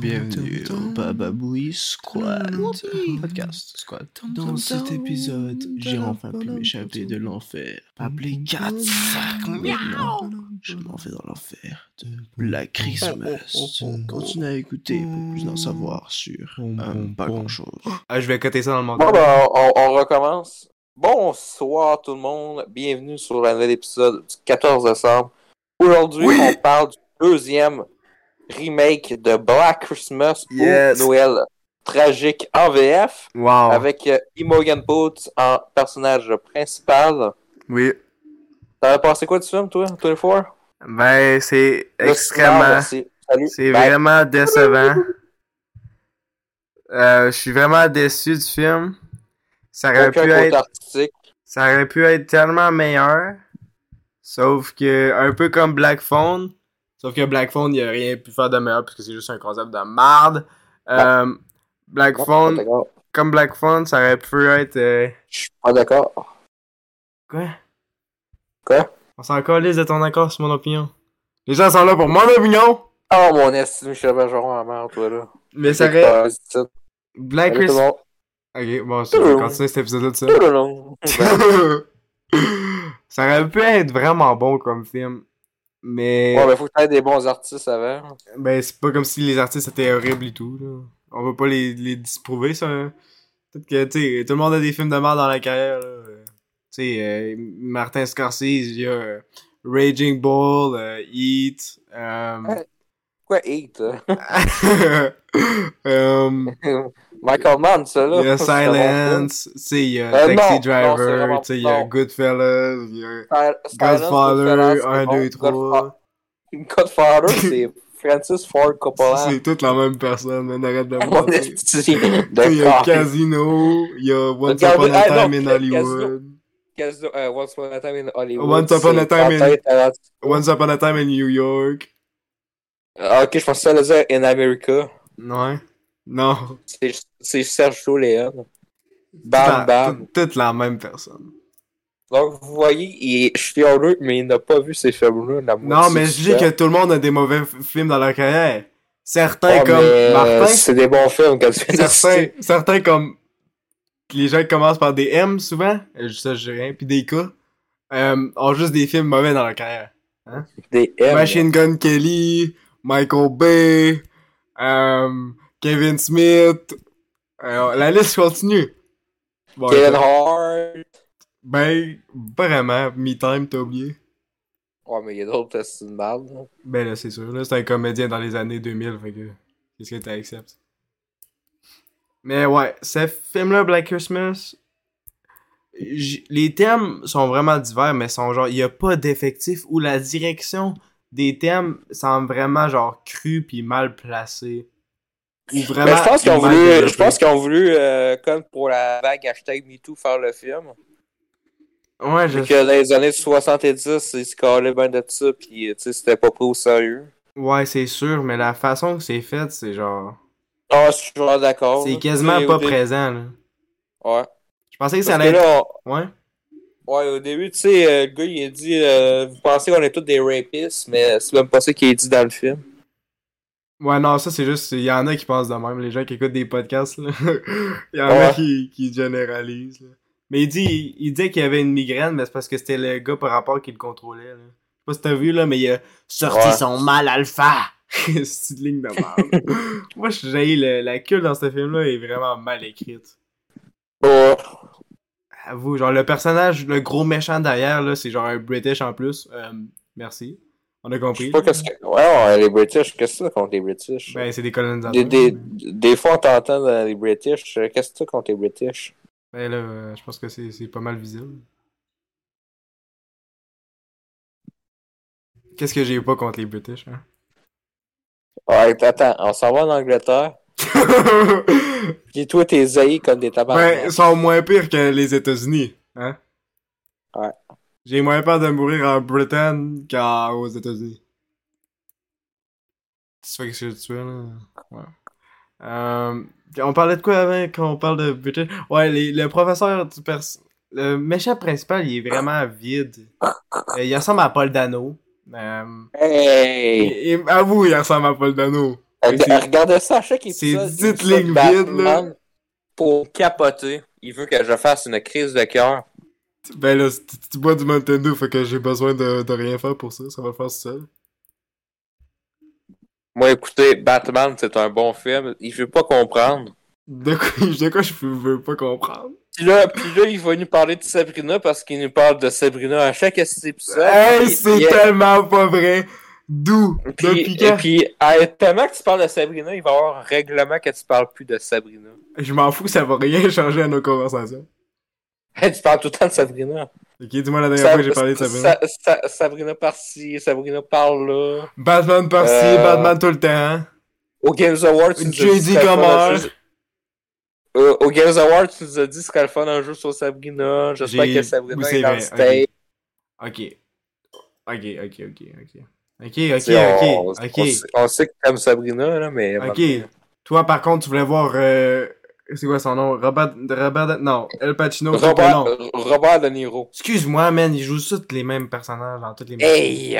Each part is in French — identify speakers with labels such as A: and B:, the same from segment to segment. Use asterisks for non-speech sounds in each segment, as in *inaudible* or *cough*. A: Bienvenue au Bababouille Squad
B: Whoopie.
A: podcast. Squad.
B: Tom,
A: Dans cet
B: tom,
A: épisode, j'ai
B: ba-dam,
A: enfin pu
B: ba-dam,
A: m'échapper
B: tom,
A: de
B: tom.
A: l'enfer. Appelé 4 sacs. Maintenant, je m'en vais dans l'enfer de Black
B: Oh,
A: Christmas. Continuez à écouter pour plus d'en savoir sur euh, pas grand chose.
C: Ah, je vais coter ça dans le
D: Bon,
C: montage.
D: ben, on, on recommence. Bonsoir tout le monde, bienvenue sur un nouvel épisode du 14 décembre. Aujourd'hui, on parle du deuxième remake de Black Christmas
C: Yes. Ah.
D: ou Noël tragique en VF
C: Wow.
D: avec euh, Imogen Poots en personnage principal.
C: Oui.
D: T'avais pensé quoi du film, toi, 24?
C: Ben, c'est
D: Là, non,
C: extrêmement.
D: merci. Salut. Ben,
C: C'est
D: Bye.
C: vraiment décevant. Euh, je suis vraiment déçu du film. Ça aurait
D: Aucun
C: pu
D: côté
C: être.
D: artistique.
C: Ça aurait pu être tellement meilleur. Sauf que, un peu comme Black Phone. Sauf que Black Phone, il a rien pu faire de meilleur parce que c'est juste un concept de marde. Euh, Black
D: Non,
C: Phone,
D: pas Ah, d'accord.
C: comme Black Phone, ça aurait pu être. euh,
D: Je suis pas d'accord.
C: Quoi?
D: Quoi?
C: On s'en calisse de ton accord sur mon opinion. Les gens sont là pour mon opinion!
D: Oh mon estime, Michel Bergeron, à merde, toi, là.
C: Mais ça aurait...
D: Parasite.
C: Black
D: Salut, tout le
C: Christmas...
D: monde.
C: Ok, bon, je vais continuer cet épisode-là de ça.
D: Non, non, non.
C: *laughs* ça aurait pu être vraiment bon comme film. Mais...
D: Ouais, mais faut que t'aies des bons artistes avant.
C: Ben, c'est pas comme si les artistes étaient horribles et tout, là. On va pas les, les disprouver, ça. hein. Peut-être que, tu sais, tout le monde a des films de merde dans la carrière, là. Tu sais, euh, Martin Scorsese, il y a euh, Raging Bull, euh, Heat, euh,
D: Quoi, hate, là? *laughs*
C: *laughs* euh,
D: Michael Mann, ça, là.
C: il y a
D: C'est pas bon,
C: Silence, tu sais, il y a
D: Euh, non,
C: Taxi
D: non, c'est
C: Driver,
D: vraiment
C: tu sais, il y a
D: non.
C: Goodfellas, il y a
D: ça. Si- Silence,
C: Godfather,
D: Goodfellas,
C: 1,
D: c'est
C: 2,
D: bon.
C: 3.
D: Godfa-
C: *laughs*
D: Godfather, c'est Francis Ford Coppola.
C: C'est toute la même personne, man, arrête
D: *laughs*
C: de
D: Mon
C: mentir.
D: esti
C: Il y
D: de
C: a
D: corps.
C: Casino, il y a Once
D: Regardez-
C: Upon a
D: ah, non,
C: Time in
D: Casino.
C: Hollywood,
D: Casino- euh, Once Upon a Time in Hollywood.
C: Once Upon a
D: c'est euh,
C: Time in-
D: Quentin Tarantino.
C: Once Upon a Time in New York.
D: Ah, ok, je pensais à le dire In America.
C: Ouais. Non.
D: C'est c'est Serge Léon.
C: Toute la-
D: Bam, bam.
C: toute- Toute la même personne.
D: Donc, vous voyez, il est chialeux, mais il n'a pas vu ces films-là. la
C: Non,
D: moitié
C: mais
D: du
C: je dis
D: temps.
C: que tout le monde a des mauvais f- films dans leur carrière. Certains
D: Ah,
C: comme
D: mais, euh,
C: Martin,
D: C'est des bons films
C: *laughs*
D: quand tu viens de
C: certains,
D: citer.
C: certains comme les gens qui commencent par des M souvent, euh, je sais je dis rien, puis des K, euh, ont juste des films mauvais dans leur carrière.
D: Des M.
C: Machine Gun Kelly, Michael Bay, euh, Kevin Smith. euh, la liste continue. Bon,
D: Kevin
C: écoute,
D: Hart.
C: ben, vraiment, Me Time, t'as oublié.
D: Ouais, mais il y a d'autres tests de merde. là.
C: Ben là, c'est sûr, là, c'est un comédien dans les années 2000, fait que. Qu'est-ce que t'acceptes? Mais ouais, ce film-là, Black Christmas. j- Les thèmes sont vraiment divers, mais sont genre. Il n'y a pas d'effectif où la direction des thèmes semble vraiment genre cru puis mal placée. Ou vraiment.
D: Mais Ben, je pense qu'ils ont
C: mal
D: voulu, je
C: développée.
D: pense qu'ils ont voulu euh, comme pour la vague hashtag MeToo, faire le film.
C: Ouais, je...
D: Puis que dans les années 70, ils se calaient bien de ça, puis euh, tu sais, c'était pas pris au sérieux.
C: ouais c'est sûr, mais la façon que c'est fait, c'est genre.
D: Ah, je suis vraiment d'accord.
C: C'est
D: là.
C: quasiment
D: Tu sais,
C: pas
D: au dé-
C: présent, là.
D: Ouais.
C: Je pensais que ça
D: Parce
C: allait
D: que
C: être.
D: là, on-
C: Ouais.
D: Ouais, au début, tu sais, euh, le gars, il a dit euh, Vous pensez qu'on est tous des rapistes, mais c'est même pas ça qu'il a dit dans le film.
C: Ouais, non, ça c'est juste, il y en a qui pensent de même, les gens qui écoutent des podcasts, là. *laughs* Il y en a
D: Ouais.
C: qui, qui généralisent, là. Mais il dit, il dit qu'il avait une migraine, mais c'est parce que c'était le gars par rapport qui le contrôlait, là. Je sais pas si t'as vu, là, mais il a sorti
D: Ouais.
C: son mal alpha! *laughs* c'est une ligne de merde. *laughs* Moi, je j'ai le, la queue dans ce film-là est vraiment mal écrite.
D: Ouais.
C: Avoue, genre, le personnage, le gros méchant derrière, là, c'est genre un British en plus. Euh, merci. On a
D: Je
C: compris.
D: sais pas qu'est-ce que. Ouais, ouais, les British, qu'est-ce que c'est contre les British
C: Ben, c'est des colonisateurs.
D: des, des, des fois, on t'entend dans les British. euh, Qu'est-ce que c'est contre les British
C: Ben là, euh, je pense que c'est c'est pas mal visible. Qu'est-ce que j'ai pas contre les British, hein? *laughs*
D: Ouais, attends, on s'en va en Angleterre. Puis toi, t'es haï comme des tabacs.
C: ben, ils sont moins pires que les États-Unis, hein?
D: Ouais.
C: J'ai moins peur de mourir en Bretagne qu'aux États-Unis. Tu fais ce que tu veux, là? Ouais. Euh, on parlait de quoi avant qu'on parle de British? Ouais, les- le professeur du pers- Le méchant principal, il est vraiment vide. Euh, il ressemble à Paul Dano. Euh,
D: Hey
C: et- et- avoue, il ressemble à Paul Dano.
D: Euh,
C: c'est-
D: Regardez ça à chaque épisode.
C: C'est dix
D: il me fait
C: lignes vides, là.
D: Batman Pour capoter, il veut que je fasse une crise de cœur.
C: Ben là, tu, tu bois du Mountain Dew, fait que j'ai besoin de, de rien faire pour ça, ça va le faire tout seul.
D: Moi, écoutez, Batman, c'est un bon film. Il veut pas comprendre.
C: De quoi, *laughs* de quoi je veux pas comprendre?
D: Puis là, puis là, il va nous parler de Sabrina parce qu'il nous parle de Sabrina à chaque épisode.
C: Hey,
D: Puis-
C: c'est
D: puis-
C: tellement pas vrai! D'où? De
D: Puis,
C: Pika?
D: et puis, à- tellement que tu parles de Sabrina, il va y avoir un règlement que tu parles plus de Sabrina. *laughs*
C: Je m'en fous, ça va rien *laughs* changer à nos conversations.
D: Hey, tu parles tout le temps de Sabrina.
C: Ok, dis-moi la dernière
D: Sa-
C: fois que j'ai parlé de
D: Sa-
C: Sabrina.
D: Sa- Sa- Sabrina par-ci, Sabrina par-là.
C: Batman par-ci,
D: Euh,
C: Batman tout le temps.
D: Au Games Awards, tu
C: Une
D: nous as
C: J.D.
D: dit ce qu'elle fera un
C: Gamer.
D: jeu- Euh, au Games Awards, tu nous as dit ce qu'elle fera un jeu sur Sabrina. J'espère
C: J'ai-
D: que
C: oui,
D: Sabrina
C: c'est
D: est dans
C: vrai,
D: le
C: ok.
D: stage.
C: Ok. Ok, ok, ok, ok. Ok,
D: Tu sais,
C: ok,
D: on-
C: ok, ok.
D: on sait- On sait que t'aimes Sabrina, là, mais.
C: Ok. Toi, par contre, tu voulais voir. euh, C'est quoi son nom? Robert. Robert. De- Non, El Pacino. c'est pas
D: Robert, euh.
C: non.
D: Robert De Niro.
C: Excuse-moi, man, ils jouent tous les mêmes personnages dans toutes les mêmes.
D: Hey!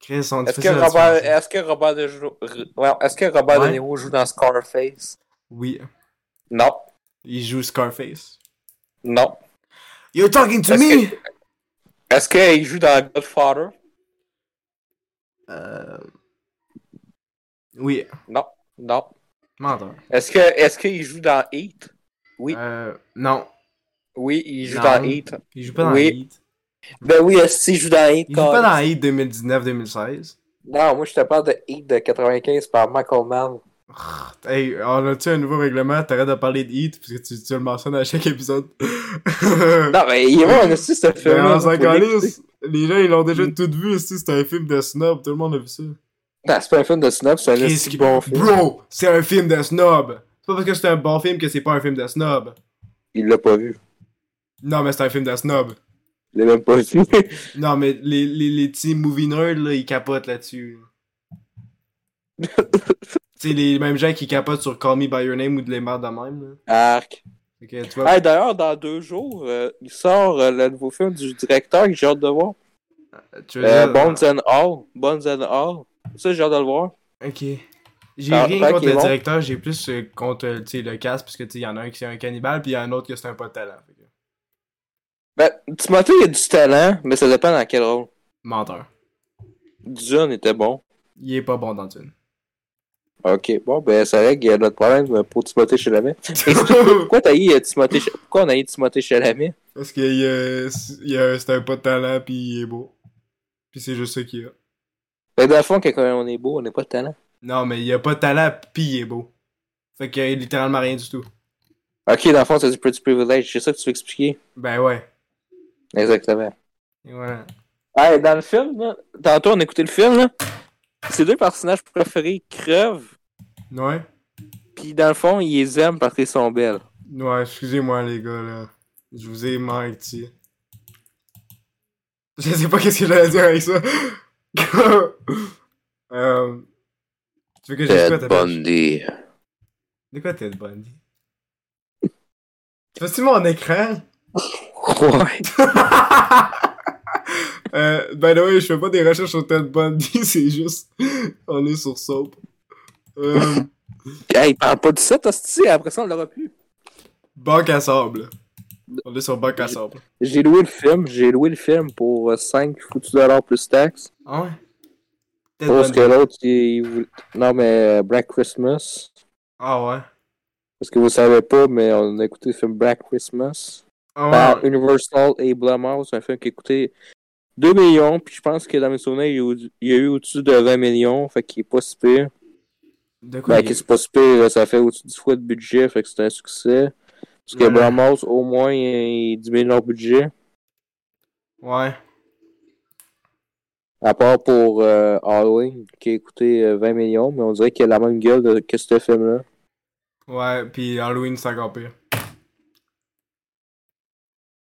C: Chris, ils sont
D: Est-ce que,
C: difficiles à
D: Robert,
C: différencier.
D: est-ce que Robert De, Jou- R- ouais, est-ce que Robert
C: Ouais.
D: De Niro joue dans Scarface?
C: Oui,
D: Non.
C: ils jouent Scarface.
D: Non.
C: You're talking to
D: Est-ce
C: me!
D: que- Est-ce qu'il joue dans Godfather?
C: Euh... Oui,
D: Non. Non.
C: menteur.
D: Est-ce que est-ce qu'il joue dans Heat? Oui.
C: Euh, non,
D: Oui, il joue
C: Non.
D: dans Heat.
C: ils jouent pas dans
D: Oui.
C: Heat.
D: Ben oui, est-ce qu'il joue dans Heat?
C: Ils jouent pas
D: Carlis?
C: dans Heat 2019-2016.
D: Non, moi je te parle de Heat de 95 par Michael Mann.
C: Hey, on a-tu un nouveau règlement? T'arrêtes de parler de Heat, parce que tu, tu le mentionnes à chaque épisode. *laughs*
D: Non, mais il est vraiment aussi ce
C: Mais
D: film.
C: Ben, on s'en calisse. Les gens, ils l'ont déjà
D: Mm.
C: tout vu. si C'est un film de snob. Tout le monde a vu ça.
D: Non, c'est pas un film de snob, c'est un
C: Qu'est-ce
D: aussi
C: qui-
D: bon film.
C: Bro, c'est un film de snob. C'est pas parce que c'est un bon film que c'est pas un film de snob.
D: Il l'a pas vu.
C: Non, mais c'est un film de snob.
D: Il l'a même pas vu.
C: Non, mais les, les, les petits movie nerds, là, ils capotent
D: *laughs*
C: là-dessus. c'est les mêmes gens qui capotent sur Call Me By Your Name ou de les marre de même. Là.
D: Arc.
C: Fait que, tu vois,
D: Hey, D'ailleurs, dans deux jours, euh, il sort euh, le nouveau film du directeur que j'ai hâte de voir.
C: tu veux
D: Euh,
C: dire-
D: Bones and All. Bones and All. Ça, j'ai hâte de le voir.
C: Ok. J'ai
D: Ah,
C: rien
D: tant
C: contre
D: qu'il est
C: le
D: bon.
C: directeur, j'ai plus euh, contre euh, tu sais, le cast, parce que tu sais, il y en a un qui est un cannibale, puis il y en a un autre qui c'est un pas de talent. Fait que,
D: Ben, Timothée, il a du talent, mais ça dépend dans quel rôle.
C: Menteur.
D: Dune était bon.
C: Il est pas bon dans
D: *laughs*
C: Dune.
D: Ok, bon, ben, c'est vrai qu'il y a d'autres problèmes pour Timothée Chalamet. Pourquoi t'as eu euh, Timothée Ch- Pourquoi on a eu Timothée Chalamet?
C: Parce que euh, c'est- il a- c'est un pas de talent, puis il est beau. Puis c'est juste ça qu'il a.
D: Ben, dans le fond, quand on est beau, on n'a pas de talent.
C: Non, mais il a pas de talent, puis il est beau. Fait qu'il a littéralement rien du tout.
D: Ok, dans le fond, c'est du petit privilège. C'est ça que tu veux expliquer.
C: Ben ouais.
D: Exactement.
C: Et voilà.
D: Hey, dans le film, là, tantôt, on écoutait le film, là. Ses deux personnages préférés crevent,
C: Ouais.
D: puis dans le fond, ils les aiment parce qu'ils sont belles.
C: Ouais, excusez-moi, les gars, là. Je vous ai menti. *laughs* Je sais pas qu'est-ce que j'allais dire avec ça. *laughs* euh... Tu veux que je dise quoi, t'as
D: Bundy.
C: De quoi Ted Bundy? Tu vois-tu mon écran?
D: Ouais.
C: Euh, by the way, je fais pas des recherches sur Ted Bundy, *laughs* c'est juste... On est sur Soap. Euh,
D: Hey, il parle pas de ça, Tosti, après ça, on l'aura plus.
C: Banque à sable. On est sur Banque à sable.
D: J'ai loué le film, j'ai loué le film pour euh, 5 foutus dollars plus taxes.
C: Ah ouais? Ted
D: Parce que
C: Bundy.
D: l'autre, il, il voulait- Non, mais euh, Black Christmas.
C: Ah ouais?
D: Parce que vous savez pas, mais on a écouté le film Black Christmas.
C: Ah
D: Par
C: ouais?
D: Universal et Blumhouse, un film qui a coûté 2 millions, puis je pense que dans mes souvenirs, il y a eu- il y a eu au-dessus de 20 millions, fait qu'il est pas si pire.
C: De quoi?
D: Ben,
C: il-
D: qui c'est pas si pire, ça fait au-dessus de 10 fois de budget, fait que c'est un succès. Parce que
C: Ouais.
D: Blumhouse, au moins, il diminue leur budget.
C: Ouais.
D: À part pour euh, Halloween, qui a coûté euh, 20 millions, mais on dirait qu'il a la même gueule de- que ce film-là.
C: Ouais, puis Halloween, c'est encore pire.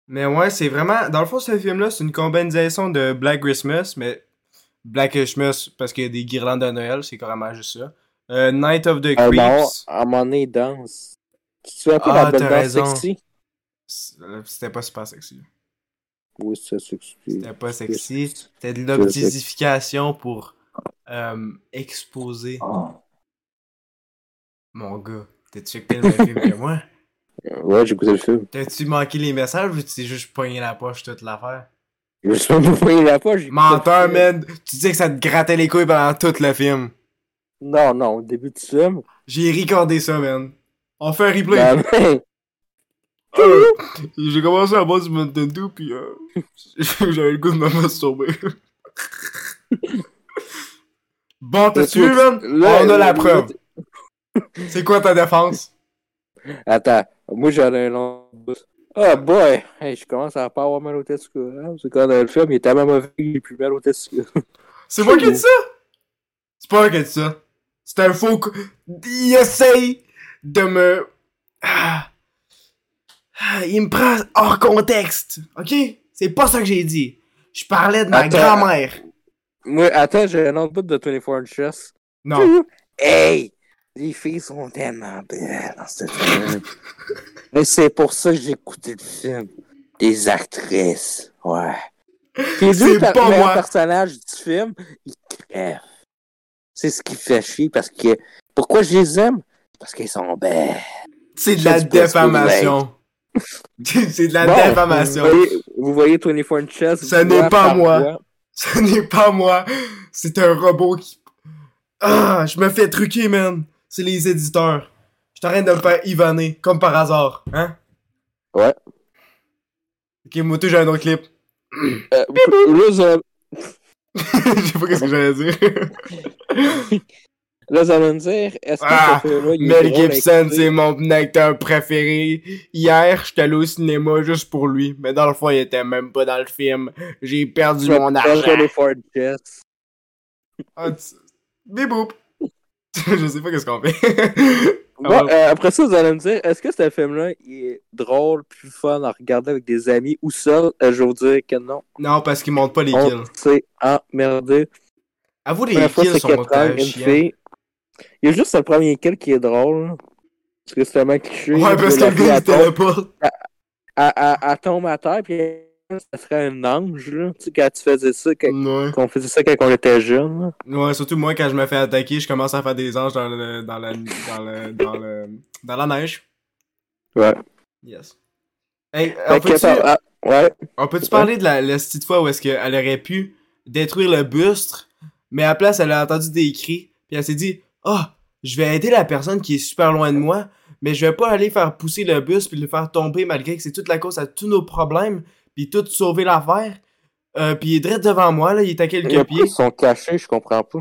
C: Mais ouais, c'est vraiment. Dans le fond, ce film-là, c'est une combinaison de Black Christmas, mais Black Christmas parce qu'il y a des guirlandes de Noël, c'est carrément juste ça. Euh, Night of the
D: Ah, non,
C: Creeps.
D: à un moment donné, il danse. Tu te souviens pas
C: Ah,
D: la belle
C: t'as
D: danse
C: raison.
D: sexy?
C: C'était pas super sexy.
D: Oui, c'est sexy.
C: C'était pas sexy. C'était de
D: l'objectification
C: l'objectification pour exposer
D: Ah.
C: Mon gars, t'as-tu checké le même film que
D: *laughs*
C: moi?
D: Ouais, j'ai écouté le film.
C: T'as-tu manqué les messages ou tu t'es juste pogné la poche toute l'affaire?
D: Je me suis même pas payé la poche. j'ai écouté
C: Menteur,
D: le film.
C: man! Tu disais que ça te grattait les couilles pendant tout le film.
D: Non, non, au début du film.
C: J'ai recordé ça, man. On fait un replay.
D: Ben, ben,
C: Euh, j'ai commencé à boire du Mountain Dew, puis euh, *laughs* j'avais le goût de me
D: *laughs*
C: masturber. bon, t'as
D: T'as-tu
C: tué, man?
D: là,
C: On a la
D: là,
C: preuve. C'est quoi ta défense?
D: Attends, moi j'en ai un long bout. Ah boy! Hey, je commence à pas avoir mal au testicule. Hein? Parce que quand on a le film, il est tellement mauvais qu'il est plus mal au testicule. *laughs*
C: C'est moi qui ai dit ça? C'est pas moi qui ai dit ça. C'est un faux... cou- Il essaye de me... Ah. Ah, il me prend hors contexte, ok? C'est pas ça que j'ai dit. Je parlais de ma
D: Attends.
C: grand-mère.
D: Moi, attends, j'ai un autre bout de 24 Chess.
C: Non.
D: *laughs* Hey! Les filles sont tellement belles dans ce
C: *laughs*
D: film. Mais c'est pour ça que j'ai écouté le film. Des actrices. Ouais. Les
C: C'est
D: deux per-
C: pas
D: meilleurs
C: moi.
D: personnages du film, ils crèvent. C'est ce qui fait chier parce que. Pourquoi je les aime? Parce qu'ils sont belles.
C: C'est de la
D: C'est du gospel
C: défamation. *laughs* C'est de la
D: Bon,
C: défamation.
D: Vous voyez, vous voyez 24 Chess.
C: Ça n'est pas moi. Ce n'est pas moi. C'est un robot qui. Ah, je me fais truquer, man. C'est les éditeurs. Je suis en train de me faire ivaner, comme par hasard. Hein?
D: Ouais.
C: Ok, moi, tout, j'ai un autre clip. *laughs*
D: Euh, là, ça,
C: Je sais pas qu'est-ce que j'allais dire.
D: là, ça va me dire, est-ce que
C: Ah,
D: ce film-là, *laughs* il est
C: Mel
D: drôle à
C: Gibson,
D: écouter?
C: c'est mon acteur préféré. Hier, j'étais allé au cinéma juste pour lui. Mais dans le fond, il était même pas dans le film. J'ai perdu
D: Je vais
C: mon
D: prendre
C: argent.
D: 24 Chess.
C: Ah, tu- Biboup. *laughs* Je sais pas qu'est-ce qu'on fait. *laughs* Ah,
D: Bon,
C: ouais.
D: euh, après ça, vous allez me dire, est-ce que ce film-là il est drôle, plus fun à regarder avec des amis ou seul? Euh, je vais vous dire que non.
C: non, parce qu'ils montent pas les kills.
D: On s'est emmerdé.
C: Avoue, les
D: La première fois,
C: kills
D: c'est
C: sont
D: quatre ans,
C: montés
D: une
C: chiens.
D: fille. Il y a juste le premier kill qui est drôle. là. Parce que c'est tellement cliché.
C: Ouais, parce que
D: la
C: le
D: fille,
C: gars, il
D: elle tombe-
C: téléporte.
D: elle, elle- elle tombe à terre, puis elle- ça serait un ange, là. Tu sais, quand tu faisais ça, quand,
C: Ouais.
D: qu'on faisait ça quand on était jeune, là.
C: ouais, surtout moi, quand je me fais attaquer, je commence à faire des anges dans le, dans la, dans le, dans le, dans la neige.
D: Ouais.
C: Yes. Hey, euh,
D: Fait
C: on
D: que,
C: peut-tu,
D: ah, ouais.
C: on peut-tu parler de la, la petite fois où est-ce qu'elle aurait pu détruire le buste, mais à la place, elle a entendu des cris, puis elle s'est dit, ah, je vais aider la personne qui est super loin de moi, mais je vais pas aller faire pousser le bus puis le faire tomber malgré que c'est toute la cause à tous nos problèmes, puis tout sauver l'affaire. Euh, puis il est direct devant moi, là, il est à quelques
D: Après,
C: pieds.
D: Ils sont cachés, je comprends pas.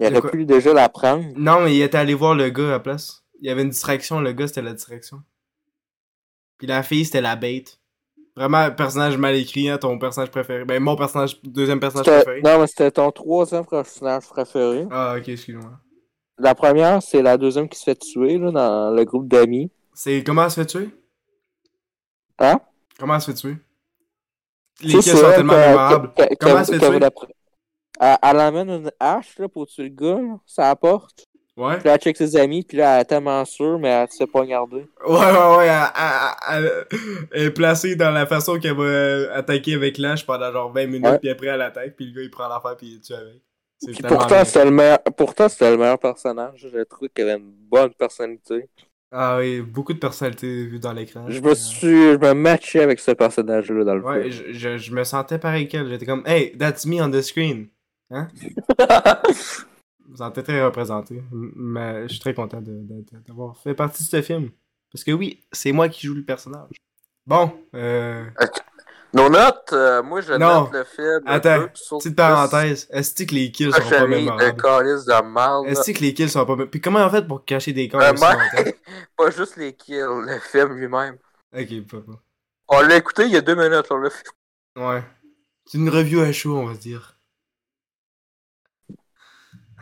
D: Il
C: De
D: aurait
C: quoi?
D: pu déjà la prendre.
C: Non, mais il était allé voir le gars à la place. Il y avait une distraction, le gars c'était la distraction. Puis la fille c'était la bête. Vraiment, personnage mal écrit, hein, ton personnage préféré. Ben, mon personnage, deuxième personnage
D: C'était-
C: préféré.
D: Non, mais c'était ton troisième personnage préféré.
C: Ah, ok, excuse-moi.
D: La première, c'est la deuxième qui se fait tuer, là, dans le groupe d'amis.
C: C'est comment elle se fait tuer
D: Hein?
C: Comment elle se fait tuer Les
D: Tu
C: kills
D: sais, c'est
C: sont
D: elle
C: tellement
D: que-
C: mémorables.
D: que- que-
C: Comment
D: que-
C: elle se fait
D: que-
C: tuer?
D: la pre- Elle elle amène une hache là, pour tuer le gars, là, ça apporte.
C: Ouais.
D: Puis là, elle check ses amis, puis là, elle est tellement sûre, mais elle se fait poignarder.
C: Ouais, ouais, ouais. Elle, elle- elle- elle est placée dans la façon qu'elle va euh, attaquer avec l'âge pendant genre 20 minutes,
D: Ouais.
C: puis après elle attaque, puis le gars il prend l'affaire, puis il tue avec. C'est
D: Puis
C: tellement
D: pourtant,
C: bien.
D: c'était le meilleur, pourtant, c'était le meilleur personnage. Je trouve qu'il avait une bonne personnalité.
C: Ah oui, beaucoup de personnalités vues dans l'écran. Euh,
D: Je me suis, je me matchais avec ce personnage-là dans le
C: Ouais,
D: film.
C: je, je, je me sentais pareil qu'elle. J'étais comme, hey, that's me on the screen.
D: *laughs*
C: Hein? Je me sentais très représenté. M- Mais je suis très content de- de- de- d'avoir fait partie de ce film. Parce que oui, c'est moi qui joue le personnage. Bon, euh,
D: Nos notes, euh, moi, je
C: Non. note
D: le film.
C: Attends, deux petite parenthèse. Est-ce que les kills sont pas mémorables?
D: calice de mal.
C: Est-ce que les kills sont pas mémorables? Puis comment on fait pour cacher des corps
D: Euh,
C: aussi
D: moi-
C: longtemps?
D: *laughs* Pas juste les kills, le film lui-même.
C: Ok, pas, pas.
D: On l'a écouté il y a deux minutes, on l'a fait.
C: Ouais. C'est une review à chaud, on va se dire.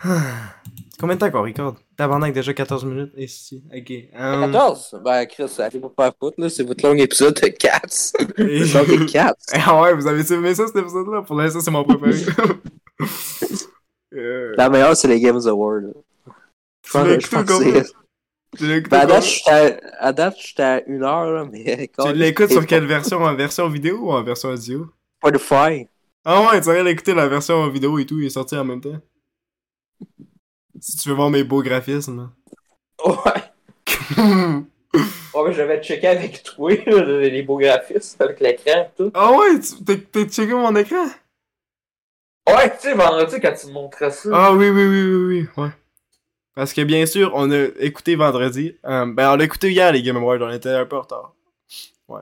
C: Ah. *sighs* Combien de temps qu'on record? Tabarnak, déjà 14 minutes. Et si, ok. hum,
D: 14? Ben, Chris, ça allez pas faire foutre, là. C'est votre long épisode
C: *laughs*
D: de Cats.
C: et-
D: Le long des
C: *laughs*
D: Cats.
C: *laughs* Eh, ah ouais, vous avez aimé ça, cet épisode-là? Pour l'instant, c'est mon préféré. euh,
D: La meilleure, c'est les Games Awards. là. Je
C: Tu l'as
D: pense, je
C: écouté
D: pense
C: au
D: que
C: complet?
D: c'est-
C: tu l'as écouté
D: Ben, à date,
C: quoi?
D: j'étais à- à date, j'étais à une heure, là, mais. *laughs*
C: Tu l'écoutes sur quelle version? En version vidéo ou en version audio?
D: Spotify.
C: Ah ouais, tu aurais l'écouter la version vidéo et tout, il est sorti en même temps. Si tu veux voir mes beaux graphismes. *laughs*
D: Ouais. Ouais, mais j'avais checké avec toi là, les beaux graphismes avec l'écran et tout.
C: Ah ouais, tu- t'as t'as checké mon écran?
D: Ouais, tu sais, vendredi, quand tu me montrais ça.
C: Ah oui, oui, oui, oui, oui, ouais. Parce que bien sûr, on a écouté vendredi. Euh, ben, on l'a écouté hier, les Game Awards, on était un peu en retard.
D: Ouais.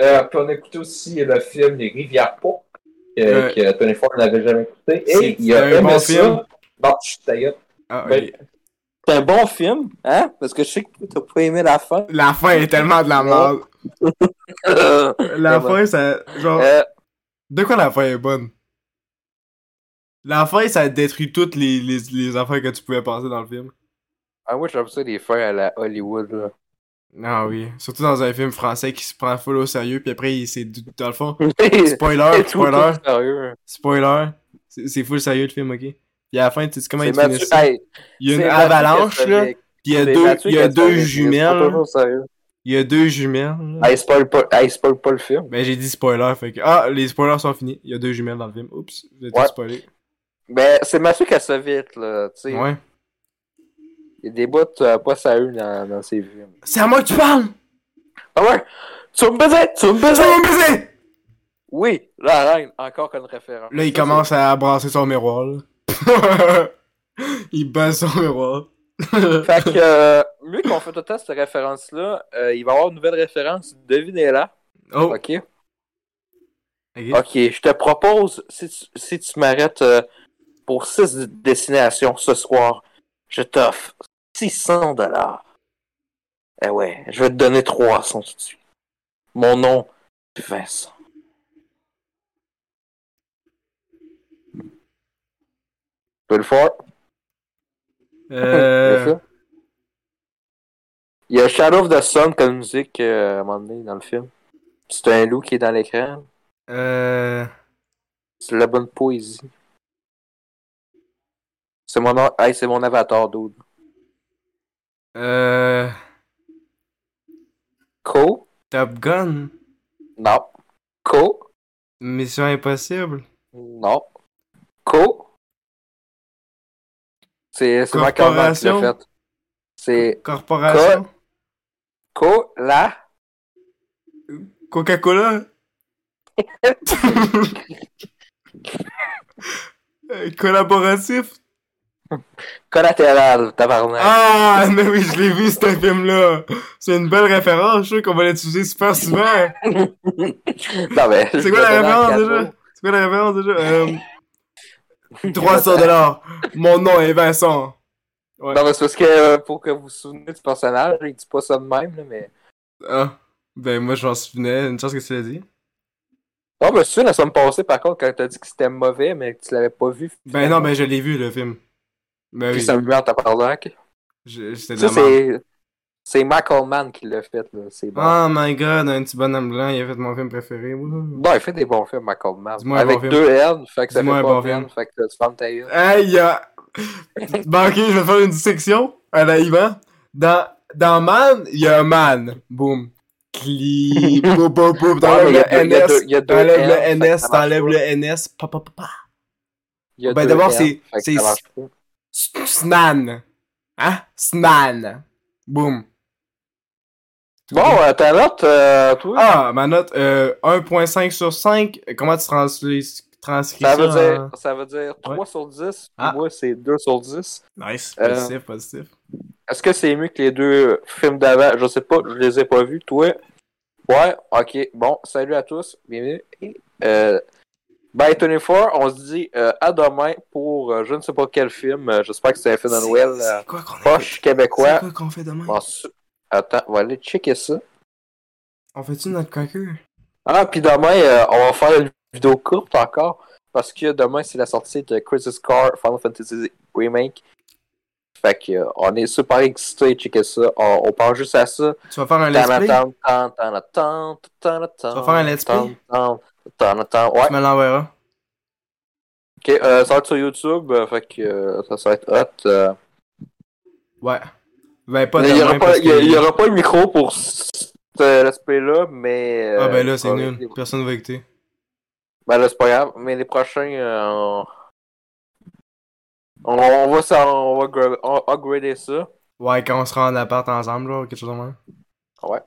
D: Euh, puis on a écouté aussi le film Les Rivières Pourpres, que,
C: Ouais.
D: que Tony Ford n'avait jamais écouté.
C: C'est
D: Et il a
C: un
D: aimé
C: bon
D: ça.
C: film.
D: Bon, je suis ta gueule.
C: Ah, ok.
D: Ben- C'est un bon film, hein? Parce que je sais que t'as pas aimé
C: *laughs*
D: la fin.
C: La fin est tellement de la merde.
D: Euh,
C: La fin,
D: Ouais.
C: ça. Genre.
D: euh,
C: De quoi la fin est bonne? La fin, ça détruit toutes les, les, les affaires que tu pouvais penser dans le film.
D: ah oui, j'aime ça des fins à la Hollywood, là.
C: Ah oui. Surtout dans un film français qui se prend full au sérieux, puis après, il c'est dans le fond.
D: *laughs*
C: Spoiler,
D: C'est tout,
C: spoiler,
D: tout sérieux.
C: spoiler. C'est c'est full sérieux le film, ok? Puis à la fin, tu sais comment
D: C'est
C: ils finissent
D: Mathieu.
C: ça?
D: hey,
C: Il y a une
D: c'est
C: avalanche,
D: Mathieu
C: là.
D: Kassovitz.
C: Puis il y a
D: C'est
C: deux,
D: Mathieu
C: il y a deux
D: Kassovitz, c'est pas
C: jumelles.
D: toujours sérieux.
C: Il y a deux jumelles. là.
D: Ah, il spoil pas, ah, il spoil pas le film.
C: Ben, j'ai dit spoiler, fait que. Ah, les spoilers sont finis. Il y a deux jumelles dans le film. Oups, j'ai tout
D: Ouais.
C: spoilé.
D: Ben, c'est Mathieu Kassovitz, là. Tu sais,
C: Ouais.
D: il y a des bouts euh, pas sérieux dans, dans ses films.
C: C'est à moi que tu parles!
D: Ah ouais! Tu vas me baiser! Tu vas me
C: Tu
D: baiser!
C: vas me baiser!
D: Oui, la reine, encore comme référence.
C: Là, il
D: Ça,
C: commence à brasser son miroir. là. *laughs* il bat son miroir. *laughs*
D: c'est- Fait que, euh, mieux qu'on fait tout à cette référence-là, euh, il va y avoir une nouvelle référence, devinez-la.
C: Oh,
D: Ok?
C: ok.
D: Ok, je te propose, si tu, si tu m'arrêtes euh, pour 6 destinations ce soir, je t'offre 600 dollars. Eh ouais, je vais te donner 300 tout de suite. Mon nom, c'est Vincent. Tu peux le faire? Bien
C: Euh,
D: sûr. Il y a Shadow of the Sun comme musique euh, à un moment donné dans le film. C'est un loup qui est dans l'écran.
C: euh,
D: C'est la bonne poésie. C'est mon, a- hey, c'est mon avatar, dude.
C: euh,
D: Co?
C: Top Gun,
D: Non. Co?
C: Mission Impossible,
D: Non. Co? C'est c'est ma commande qui l'a
C: Corporation?
D: fait. C'est
C: Corporation,
D: Co, la. *laughs*
C: Coca-Cola. Euh, Collaboratif.
D: Collatéral, tabarnak.
C: Ah, *laughs* mais oui, je l'ai vu, ce film-là. C'est une belle référence, je suis sûr qu'on va l'utiliser super souvent.
D: non, mais.
C: C'est quoi la référence déjà? C'est quoi la référence déjà? Euh, 300 dollars. Mon nom est Vincent.
D: Non, mais c'est parce que euh, pour que vous vous souveniez du personnage, il dit pas ça de même, là, mais.
C: Ah. Ben moi je m'en souvenais, une chance que tu l'as dit.
D: Oh, je me souviens la semaine passée, par contre, quand t'as dit que c'était mauvais, mais que tu l'avais pas vu.
C: Ben non, ben je l'ai vu le film. Ben
D: Puis
C: oui,
D: ça me met en tabarnak.
C: je- j'étais de
D: Ça,
C: la merde.
D: c'est. C'est Michael Mann qui l'a fait, là. C'est bon.
C: Oh my god, un petit bonhomme blanc, il a fait mon film préféré. Wouhou.
D: Bon, il fait des bons films, Michael Mann.
C: Dis-moi un
D: Avec
C: bon film.
D: deux N, fait que ça fait
C: Dis-moi
D: pas
C: un bon
D: N,
C: film.
D: fait que tu fermes ta gueule.
C: Hey, y'a... Ben ok, je vais faire une dissection à la Yvan. Dans, dans Man, il y a un Man. Boom.
D: *laughs*
C: Clip. Boum, boum, boum.
D: Ouais, mais
C: T'enlèves
D: il y a-
C: le
D: il y a
C: NS.
D: deux- il y a deux
C: T'enlèves le
D: N, fait que ça
C: NS.
D: marche
C: T'enlèves
D: pas.
C: le NS. Pa, pa, pa, pa.
D: Il y a
C: Ben,
D: deux
C: d'abord,
D: N,
C: c'est-
D: fait que
C: c'est-
D: ça marche pas.
C: S- Snan. Hein? Snan. Boum.
D: Bon, euh, ta note, euh, toi.
C: Ah, ma note, euh, 1.5 sur 5. Comment tu transcris, transcris
D: ça,
C: ça?
D: veut dire,
C: en-
D: ça veut dire 3
C: Ouais.
D: sur 10. puis
C: Ah.
D: Moi, c'est 2 sur 10.
C: Nice,
D: Euh,
C: positif, positif.
D: Est-ce que c'est mieux que les deux films d'avant? Je sais pas, je les ai pas vus. Toi? Ouais, ok. Bon, salut à tous. Bienvenue. Et, euh, bye 24. On se dit euh, à demain pour euh, je ne sais pas quel film. Euh, J'espère que c'est un film de Noël
A: C'est-
D: euh,
A: c'est quoi qu'on a fait?
D: poche
A: C'est
D: québécois.
A: quoi qu'on fait demain?
D: Bon, su- Attends, on va aller checker ça.
C: On fait-tu notre cracker?
D: Ah, puis demain, euh, on va faire une vidéo courte encore. Parce que demain, c'est la sortie de Crisis Core Final Fantasy Remake. Fait que, euh, on est super excités de checker ça. On, on pense juste à ça.
C: Tu vas faire un let's play?
D: Tan, tan, tan, tan, tan, tan,
C: Tu vas faire un let's
D: tan,
C: play?
D: tan, tan, tan. Ouais,
C: Tu me l'enverras.
D: ok. euh, ça va être sur YouTube. euh, fait que euh, ça, ça va être hot. euh.
C: Ouais. Ben, pas
D: Mais il n'y
C: demain,
D: aura, pas-
C: parce
D: il y a-
C: que-
D: il y aura pas le micro pour cet aspect-là, mais. euh,
C: Ah ben là, c'est
D: on-
C: nul. Personne va écouter.
D: Ben là, c'est pas grave, mais les prochains, euh, on... on- on va, s'en- on va gra- on- upgrader ça.
C: Ouais, quand on se rend en appart ensemble, genre, quelque chose comme même.
D: Ouais.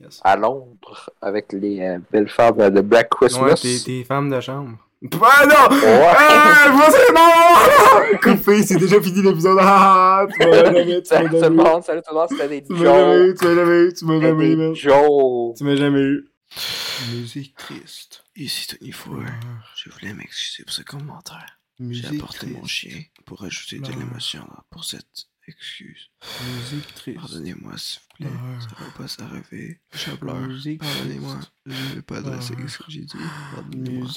C: Yes.
D: à Londres avec les euh, belles femmes de Black
C: Ouais,
D: Christmas.
C: t'es, t'es femme de chambre. Ah non!
D: *laughs* Ouais.
C: Ah, moi, c'est bon! *laughs* Coupé, c'est déjà fini l'épisode. Ah, tu m'as jamais eu, tu m'as
D: Salut tout
C: jamais
D: le
C: eu.
D: monde, salut tout le monde, c'était des
C: Tu m'as jamais eu,
D: jokes.
C: tu m'as jamais eu, tu m'as
D: C'était
C: jamais eu,
D: des
C: man.
D: jokes.
C: Tu m'as jamais eu.
A: Musique triste. Ici Tony Four. Je voulais m'excuser pour ce commentaire. J'ai
C: Musique
A: apporté mon chien pour ajouter de
C: Bah.
A: l'émotion pour cette excuse.
C: Musique triste.
A: Pardonnez-moi s'il vous plaît.
C: Bah.
A: Ça va pas s'arriver. Je pleure.
C: Musique
A: Pardonnez-moi.
C: triste.
A: Je ne vais pas adresser
C: Bah.
A: ce que j'ai dit. Pardonnez-moi.